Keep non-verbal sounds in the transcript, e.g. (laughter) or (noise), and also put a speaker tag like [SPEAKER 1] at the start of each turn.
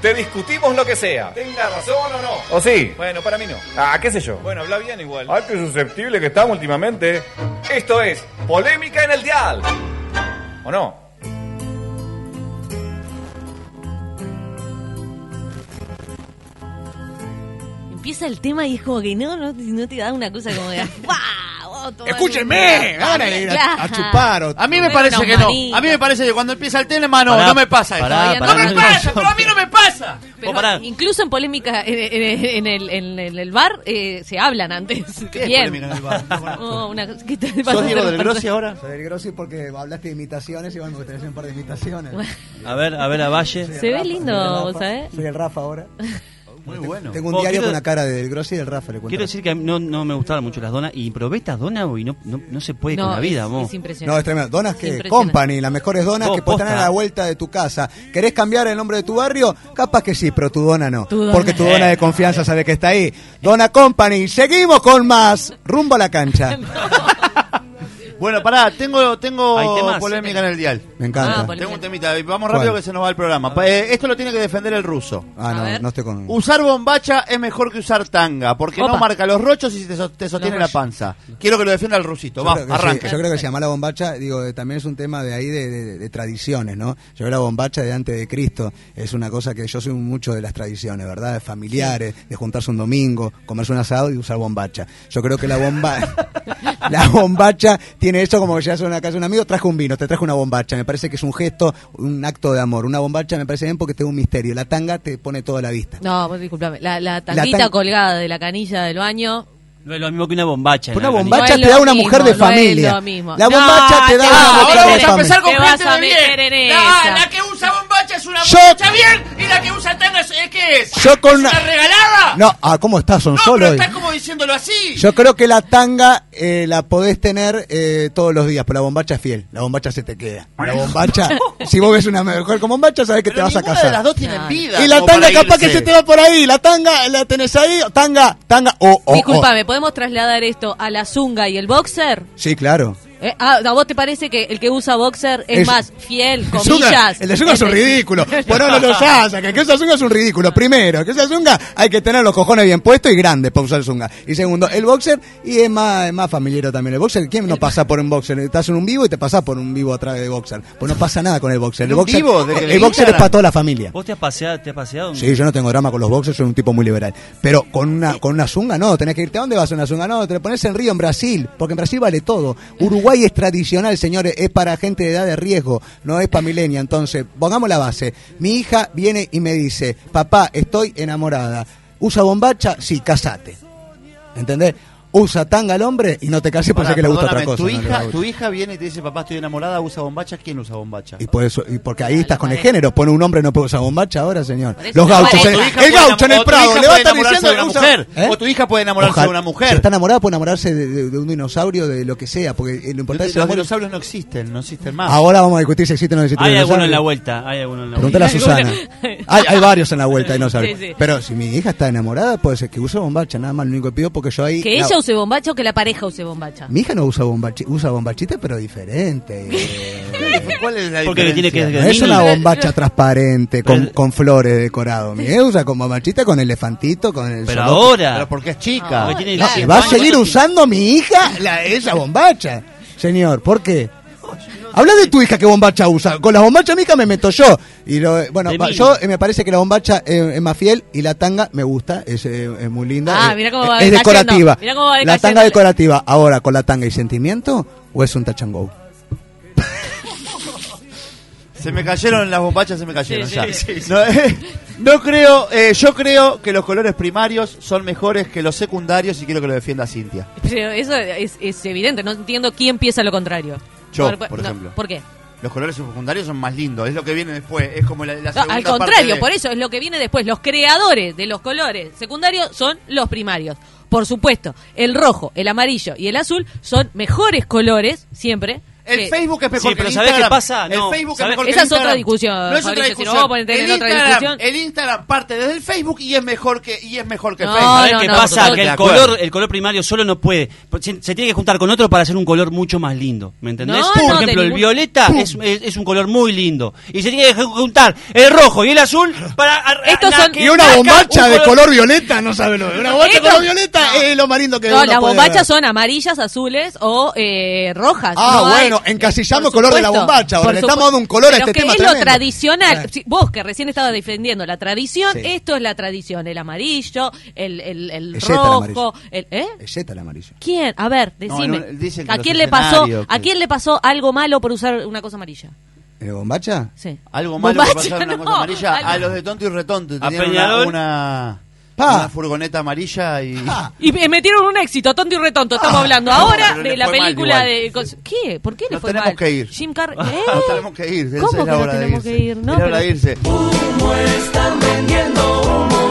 [SPEAKER 1] Te discutimos lo que sea.
[SPEAKER 2] Tenga razón o no.
[SPEAKER 1] ¿O sí?
[SPEAKER 2] Bueno, para mí no.
[SPEAKER 1] Ah, qué sé yo.
[SPEAKER 2] Bueno, habla bien igual.
[SPEAKER 1] Ay, qué susceptible que estamos últimamente.
[SPEAKER 2] Esto es Polémica en el Dial. ¿O no?
[SPEAKER 3] Empieza el tema y es como que no, no, no te da una cosa como
[SPEAKER 4] (laughs)
[SPEAKER 3] de. ¡Wow!
[SPEAKER 4] Escúchenme, ahora de ir a, a chupar. o-
[SPEAKER 5] A mí me
[SPEAKER 3] Bueno,
[SPEAKER 5] parece que no.
[SPEAKER 3] manito.
[SPEAKER 5] A mí me parece que cuando empieza el tema, no,
[SPEAKER 6] Pará,
[SPEAKER 5] no me pasa eso.
[SPEAKER 6] pará,
[SPEAKER 5] no
[SPEAKER 3] pará,
[SPEAKER 5] me
[SPEAKER 3] no,
[SPEAKER 6] (laughs)
[SPEAKER 5] pasa,
[SPEAKER 6] no.
[SPEAKER 5] pero a mí no me pasa.
[SPEAKER 3] Pero
[SPEAKER 6] Vos pará.
[SPEAKER 3] incluso en polémica en, en- en el, en, en el bar eh, se hablan antes.
[SPEAKER 5] ¿Qué
[SPEAKER 3] (laughs)
[SPEAKER 5] es
[SPEAKER 3] Bien.
[SPEAKER 5] polémica en el
[SPEAKER 4] (laughs)
[SPEAKER 5] bar? No conozco.
[SPEAKER 3] Oh, una cosa- ¿qué te pasa?
[SPEAKER 6] ¿Sos Diego del Grossi ahora?
[SPEAKER 4] Soy el Grossi porque hablaste de imitaciones y bueno, me gustaría hacer un par de imitaciones.
[SPEAKER 6] A ver, a ver a Valle.
[SPEAKER 3] Se ve
[SPEAKER 4] Rafa,
[SPEAKER 3] lindo,
[SPEAKER 4] soy el Rafa,
[SPEAKER 3] vos ¿eh? sabés.
[SPEAKER 4] Soy el Rafa ahora.
[SPEAKER 5] Muy bueno.
[SPEAKER 4] Tengo un
[SPEAKER 6] Vos,
[SPEAKER 4] diario
[SPEAKER 6] quiero-
[SPEAKER 4] con la cara del Grossi y del Rafa, le cuento.
[SPEAKER 6] Quiero decir que a mí no, no me gustaban mucho las donas. Y probé estas donas y no, no, no se puede con la vida,
[SPEAKER 3] es,
[SPEAKER 6] vos.
[SPEAKER 3] es impresionante.
[SPEAKER 4] No, es tremendo. Donas que
[SPEAKER 3] Impresionante.
[SPEAKER 4] company, las mejores donas
[SPEAKER 6] Vos,
[SPEAKER 4] que puedes tener a
[SPEAKER 6] posta.
[SPEAKER 4] la vuelta de tu casa. ¿Querés cambiar el nombre de tu barrio? Capaz que sí, pero tu dona no.
[SPEAKER 3] Tu dona.
[SPEAKER 4] Porque tu dona de confianza sabe que está ahí. Dona Company, seguimos con más. Rumbo a
[SPEAKER 3] (laughs)
[SPEAKER 4] la cancha.
[SPEAKER 5] Bueno, pará, tengo,
[SPEAKER 6] Hay
[SPEAKER 5] tengo
[SPEAKER 6] temas.
[SPEAKER 5] polémica en el dial.
[SPEAKER 4] Me encanta.
[SPEAKER 3] Ah,
[SPEAKER 4] Ah,
[SPEAKER 3] polémica.
[SPEAKER 5] Tengo un temita, vamos rápido
[SPEAKER 4] ¿Cuál?
[SPEAKER 5] que se nos va el programa. Pa- eh, esto lo tiene que defender el ruso.
[SPEAKER 3] A
[SPEAKER 4] Ah, no,
[SPEAKER 3] ver.
[SPEAKER 4] no estoy con...
[SPEAKER 5] Usar bombacha es mejor que usar tanga, porque
[SPEAKER 3] Opa.
[SPEAKER 5] no marca los rochos y te, so- te sostiene
[SPEAKER 3] Los
[SPEAKER 5] la panza. Quiero que lo defienda el rusito,
[SPEAKER 4] Yo
[SPEAKER 5] va,
[SPEAKER 4] creo que
[SPEAKER 5] arranque.
[SPEAKER 4] sí, yo creo que se llama la bombacha, digo, eh, también es un tema de ahí de, de- de tradiciones, ¿no? Yo creo que la bombacha de antes de Cristo es una cosa que yo soy mucho de las tradiciones, ¿verdad? De familiares, de juntarse un domingo, comerse un asado y usar bombacha. Yo creo que la bomba (laughs) la bombacha tiene eso como que llegas a una casa de un amigo, traje un vino, te traje una bombacha. Me parece que es un gesto, un acto de amor. Una bombacha me parece bien porque te da un misterio. La tanga te pone toda la vista.
[SPEAKER 3] No, vos disculpame. La, la tanguita
[SPEAKER 4] tan-
[SPEAKER 3] colgada de la canilla del baño.
[SPEAKER 6] No es lo mismo que una bombacha.
[SPEAKER 4] Una
[SPEAKER 6] la
[SPEAKER 4] bombacha
[SPEAKER 3] No es
[SPEAKER 4] te da
[SPEAKER 3] lo
[SPEAKER 4] una
[SPEAKER 3] mismo,
[SPEAKER 4] mujer de
[SPEAKER 3] no es
[SPEAKER 4] familia.
[SPEAKER 3] lo mismo.
[SPEAKER 4] La
[SPEAKER 3] No,
[SPEAKER 4] bombacha te da
[SPEAKER 3] te
[SPEAKER 4] una
[SPEAKER 3] vas a
[SPEAKER 4] mujer
[SPEAKER 3] meter-
[SPEAKER 4] de familia.
[SPEAKER 3] Te vas a meter en esa.
[SPEAKER 5] que usa bombacha es una
[SPEAKER 4] Yo-
[SPEAKER 5] bien y la que usa tanga es, es que es.
[SPEAKER 4] Yo con una-
[SPEAKER 5] regalada.
[SPEAKER 4] No, ah, ¿cómo estás? Son solo hoy.
[SPEAKER 5] como diciéndolo así.
[SPEAKER 4] Yo creo que la tanga eh, la podés tener eh, todos los días, pero la bombacha es fiel. La bombacha se te queda.
[SPEAKER 5] (laughs)
[SPEAKER 4] La bombacha, si vos ves una mujer con bombacha, sabés que
[SPEAKER 5] Pero
[SPEAKER 4] te vas a
[SPEAKER 5] ninguna
[SPEAKER 4] casar.
[SPEAKER 5] de las dos tienen
[SPEAKER 3] Claro.
[SPEAKER 5] vida.
[SPEAKER 4] Y la
[SPEAKER 5] como para
[SPEAKER 4] tanga capaz
[SPEAKER 5] irse.
[SPEAKER 4] que se te va por ahí. La tanga la tenés ahí. Tanga, tanga. Oh, oh, oh.
[SPEAKER 3] Disculpame, ¿podemos trasladar esto a la zunga y el boxer?
[SPEAKER 4] Sí, claro.
[SPEAKER 3] Eh, ah, ¿A vos te parece que el que usa boxer es,
[SPEAKER 4] Es-
[SPEAKER 3] más fiel,
[SPEAKER 4] El zunga-
[SPEAKER 3] comillas?
[SPEAKER 4] el de Zunga es un
[SPEAKER 3] decir,
[SPEAKER 4] (laughs) ridículo. Bueno, no lo saca. Que esa Zunga es un ridículo. Primero, que esa Zunga hay que tener los cojones bien puestos y grandes para usar Zunga. Y segundo, el boxer, y es más, es más familiar también. El boxer, ¿quién no pasa por un boxer? Estás en un vivo y te pasás por un vivo atrás de boxer. Pues no pasa nada con el boxer. El
[SPEAKER 5] ¿Un
[SPEAKER 4] boxer,
[SPEAKER 5] vivo de-
[SPEAKER 4] el
[SPEAKER 5] de
[SPEAKER 4] boxer es
[SPEAKER 5] Instagram?
[SPEAKER 4] para toda la familia.
[SPEAKER 6] ¿Vos te has paseado? Te has paseado
[SPEAKER 4] Sí, yo no tengo drama con los boxers, soy un tipo muy liberal. Pero con una, con una zunga no, tenés que irte. ¿A dónde vas a una zunga? No, te la pones en Río, en Brasil, porque en Brasil vale todo. Uruguay es tradicional, señores, es para gente de edad de riesgo, no es para milenia. Entonces, pongamos la base. Mi hija viene y me dice, papá, estoy enamorada. ¿Usa bombacha? Sí, casate. ¿Entendés? Usa tanga al hombre y no te cases porque
[SPEAKER 5] Pará,
[SPEAKER 4] que le gusta otra
[SPEAKER 5] perdóname,
[SPEAKER 4] cosa.
[SPEAKER 5] Tu,
[SPEAKER 4] no le
[SPEAKER 5] hija,
[SPEAKER 4] gusta.
[SPEAKER 5] tu hija viene y te dice, papá, estoy enamorada, usa bombacha. ¿Quién usa bombacha?
[SPEAKER 4] Y, por eso, y porque ahí estás con el género. Pone un hombre, no puede usar bombacha ahora, señor.
[SPEAKER 3] Por eso
[SPEAKER 4] Los
[SPEAKER 3] no
[SPEAKER 4] gauchos.
[SPEAKER 3] puede. Tu
[SPEAKER 4] El,
[SPEAKER 5] hija
[SPEAKER 4] el
[SPEAKER 5] puede
[SPEAKER 4] gaucho en el
[SPEAKER 5] enamor- tu
[SPEAKER 4] Prado
[SPEAKER 5] hija
[SPEAKER 4] le va a
[SPEAKER 5] puede
[SPEAKER 4] estar
[SPEAKER 5] enamorarse
[SPEAKER 4] diciendo
[SPEAKER 5] de una
[SPEAKER 4] que usa-
[SPEAKER 5] (laughs) mujer.
[SPEAKER 4] ¿Eh?
[SPEAKER 5] O tu hija puede enamorarse
[SPEAKER 4] Ojalá.
[SPEAKER 5] de una mujer.
[SPEAKER 4] Si está enamorada, puede enamorarse de, de- de un dinosaurio, de lo que sea. Porque eh, lo importante es el
[SPEAKER 5] los
[SPEAKER 4] amor.
[SPEAKER 5] dinosaurios no existen, no existen más.
[SPEAKER 4] Ahora vamos a discutir si existen o no existen
[SPEAKER 6] Hay alguno
[SPEAKER 4] dinosaurios.
[SPEAKER 6] en la vuelta. Hay alguno en la vuelta.
[SPEAKER 4] Pregúntale a Susana. Hay, hay varios en la vuelta, dinosaurios.
[SPEAKER 3] Sí, sí.
[SPEAKER 4] Pero si mi hija está enamorada, puede ser que use bombacha. Nada más lo único que pido porque yo ahí.
[SPEAKER 3] ¿Que
[SPEAKER 4] la-
[SPEAKER 3] ella use bombacha o que la pareja use bombacha?
[SPEAKER 4] Mi hija no usa bombacha, usa bombachita,
[SPEAKER 3] (laughs)
[SPEAKER 4] pero diferente. Eh,
[SPEAKER 5] ¿Cuál es la
[SPEAKER 6] Porque le tiene que-
[SPEAKER 4] No
[SPEAKER 5] diferencia?
[SPEAKER 4] es una bombacha transparente con,
[SPEAKER 6] Pero-
[SPEAKER 4] con flores decorado. Mi hija usa con bombachita, con elefantito, con el.
[SPEAKER 6] Pero
[SPEAKER 4] sonoco.
[SPEAKER 6] ahora.
[SPEAKER 5] Pero porque es
[SPEAKER 3] Ah,
[SPEAKER 5] chica.
[SPEAKER 6] Porque tiene
[SPEAKER 4] No, y
[SPEAKER 6] 18
[SPEAKER 4] va a
[SPEAKER 6] años.
[SPEAKER 4] seguir usando mi hija la- esa bombacha. Señor, ¿por qué? Habla de tu hija que bombacha usa. Con la bombacha mi hija me meto yo. Y lo- bueno,
[SPEAKER 6] De
[SPEAKER 4] va-
[SPEAKER 6] mí.
[SPEAKER 4] yo eh, me parece que la bombacha eh, es más fiel y la tanga me gusta, es, eh, es muy linda.
[SPEAKER 3] Ah,
[SPEAKER 4] eh,
[SPEAKER 3] mirá cómo
[SPEAKER 4] eh,
[SPEAKER 3] va
[SPEAKER 4] es
[SPEAKER 3] decayendo,
[SPEAKER 4] decorativa.
[SPEAKER 3] mirá cómo va
[SPEAKER 4] la
[SPEAKER 3] decayendo.
[SPEAKER 4] tanga decorativa. Ahora, ¿con la tanga y sentimiento o es un tachangou?
[SPEAKER 5] Se me cayeron las bombachas, se me cayeron
[SPEAKER 3] Sí,
[SPEAKER 5] ya.
[SPEAKER 3] sí,
[SPEAKER 5] No, eh, no creo, eh, yo creo que los colores primarios son mejores que los secundarios y quiero que lo defienda Cintia.
[SPEAKER 3] Pero eso es, es evidente, no entiendo quién piensa lo contrario.
[SPEAKER 5] Yo,
[SPEAKER 3] cu-
[SPEAKER 5] por ejemplo.
[SPEAKER 3] ¿Por qué?
[SPEAKER 5] Los colores secundarios son más lindos, es lo que viene después, es como la,
[SPEAKER 3] No,
[SPEAKER 5] la segunda
[SPEAKER 3] al
[SPEAKER 5] parte
[SPEAKER 3] contrario,
[SPEAKER 5] de-
[SPEAKER 3] por eso es lo que viene después. Los creadores de los colores secundarios son los primarios. Por supuesto, el rojo, el amarillo y el azul son mejores colores siempre
[SPEAKER 5] El
[SPEAKER 3] Sí.
[SPEAKER 5] Facebook es mejor
[SPEAKER 6] Sí,
[SPEAKER 5] que
[SPEAKER 6] pero
[SPEAKER 5] el
[SPEAKER 6] ¿sabés qué
[SPEAKER 5] Instagram.
[SPEAKER 6] pasa?
[SPEAKER 5] El
[SPEAKER 6] No,
[SPEAKER 5] Facebook es
[SPEAKER 6] ¿sabés?
[SPEAKER 5] mejor que
[SPEAKER 3] Esa
[SPEAKER 5] el
[SPEAKER 3] es otra
[SPEAKER 5] Instagram.
[SPEAKER 3] discusión,
[SPEAKER 5] No es otra
[SPEAKER 3] Fabricio, si no
[SPEAKER 5] discusión.
[SPEAKER 3] vamos a poner en
[SPEAKER 5] el,
[SPEAKER 3] otra
[SPEAKER 5] Instagram,
[SPEAKER 3] discusión.
[SPEAKER 5] el Instagram parte desde el Facebook y es mejor que, y es mejor que el
[SPEAKER 3] No,
[SPEAKER 5] Facebook.
[SPEAKER 6] ¿Sabés qué
[SPEAKER 3] no,
[SPEAKER 6] pasa?
[SPEAKER 3] total.
[SPEAKER 6] que
[SPEAKER 5] De
[SPEAKER 6] el
[SPEAKER 5] acuerdo.
[SPEAKER 6] color, el color primario solo no puede. Se, se tiene que juntar con otro para hacer un color mucho más lindo. ¿Me entendés?
[SPEAKER 3] No,
[SPEAKER 6] Por
[SPEAKER 3] no, de
[SPEAKER 6] ejemplo, el
[SPEAKER 3] ningún-
[SPEAKER 6] violeta es, es- es un color muy lindo. Y se tiene que juntar el rojo y el azul para. ar-
[SPEAKER 3] Estos
[SPEAKER 6] na-
[SPEAKER 3] son-
[SPEAKER 6] que
[SPEAKER 4] Y una
[SPEAKER 6] nazca
[SPEAKER 4] bombacha
[SPEAKER 6] un
[SPEAKER 4] de color violeta, no sabe lo Una bombacha de color violeta es lo más lindo que
[SPEAKER 3] No,
[SPEAKER 4] uno
[SPEAKER 3] las
[SPEAKER 4] puede ver.
[SPEAKER 3] bombachas son amarillas, azules o eh, rojas.
[SPEAKER 4] Ah,
[SPEAKER 3] No hay- eh,
[SPEAKER 4] bueno, encasillamos
[SPEAKER 3] Por
[SPEAKER 4] el color de la
[SPEAKER 3] supuesto.
[SPEAKER 4] bombacha, ahora
[SPEAKER 3] Por
[SPEAKER 4] le
[SPEAKER 3] supu-
[SPEAKER 4] estamos dando un color a
[SPEAKER 3] Pero
[SPEAKER 4] este
[SPEAKER 3] que
[SPEAKER 4] tema
[SPEAKER 3] es
[SPEAKER 4] tremendo.
[SPEAKER 3] lo tradicional.
[SPEAKER 4] Eh.
[SPEAKER 3] Sí, Vos que recién estabas defendiendo la tradición,
[SPEAKER 4] Sí.
[SPEAKER 3] esto es la tradición. El amarillo, el, el, el
[SPEAKER 4] Es Jetta el amarillo.
[SPEAKER 3] rojo, el, ¿eh?
[SPEAKER 4] Es Jetta el amarillo.
[SPEAKER 3] ¿Quién? A ver,
[SPEAKER 5] No,
[SPEAKER 3] decime.
[SPEAKER 5] no, dicen que
[SPEAKER 3] ¿A
[SPEAKER 5] los
[SPEAKER 3] quién le pasó?
[SPEAKER 5] escenarios,
[SPEAKER 3] ¿A
[SPEAKER 5] que-
[SPEAKER 3] quién le pasó algo malo por usar una cosa amarilla?
[SPEAKER 4] ¿El bombacha?
[SPEAKER 3] Sí.
[SPEAKER 5] Algo malo
[SPEAKER 3] Bombacha,
[SPEAKER 5] que pasaron una
[SPEAKER 3] (laughs)
[SPEAKER 5] cosa
[SPEAKER 3] no.
[SPEAKER 5] amarilla. A
[SPEAKER 3] Algo-
[SPEAKER 5] los de tonto y retonto.
[SPEAKER 6] A
[SPEAKER 5] Tenían una,
[SPEAKER 6] Peñarol.
[SPEAKER 5] una,
[SPEAKER 4] Pa.
[SPEAKER 5] una furgoneta amarilla y. (laughs)
[SPEAKER 4] Ah.
[SPEAKER 3] Y me- metieron un éxito, tonto y retonto. Estamos
[SPEAKER 5] Ah.
[SPEAKER 3] hablando ahora
[SPEAKER 5] pero le
[SPEAKER 3] de la
[SPEAKER 5] fue mal
[SPEAKER 3] película
[SPEAKER 5] igual.
[SPEAKER 3] de. cos- ¿Qué? ¿Por qué le
[SPEAKER 5] Nos
[SPEAKER 3] fue
[SPEAKER 5] tenemos
[SPEAKER 3] mal?
[SPEAKER 5] que ir.
[SPEAKER 3] Jim Carrey.
[SPEAKER 5] (laughs)
[SPEAKER 3] ¿eh?
[SPEAKER 5] Nos tenemos que ir. esa
[SPEAKER 3] ¿Cómo
[SPEAKER 5] es
[SPEAKER 3] que
[SPEAKER 5] la
[SPEAKER 3] nos
[SPEAKER 5] hora de
[SPEAKER 3] tenemos que
[SPEAKER 5] irse.
[SPEAKER 3] ir? No,
[SPEAKER 5] Es la
[SPEAKER 3] pero-
[SPEAKER 5] hora de irse.
[SPEAKER 2] Humo están vendiendo humo.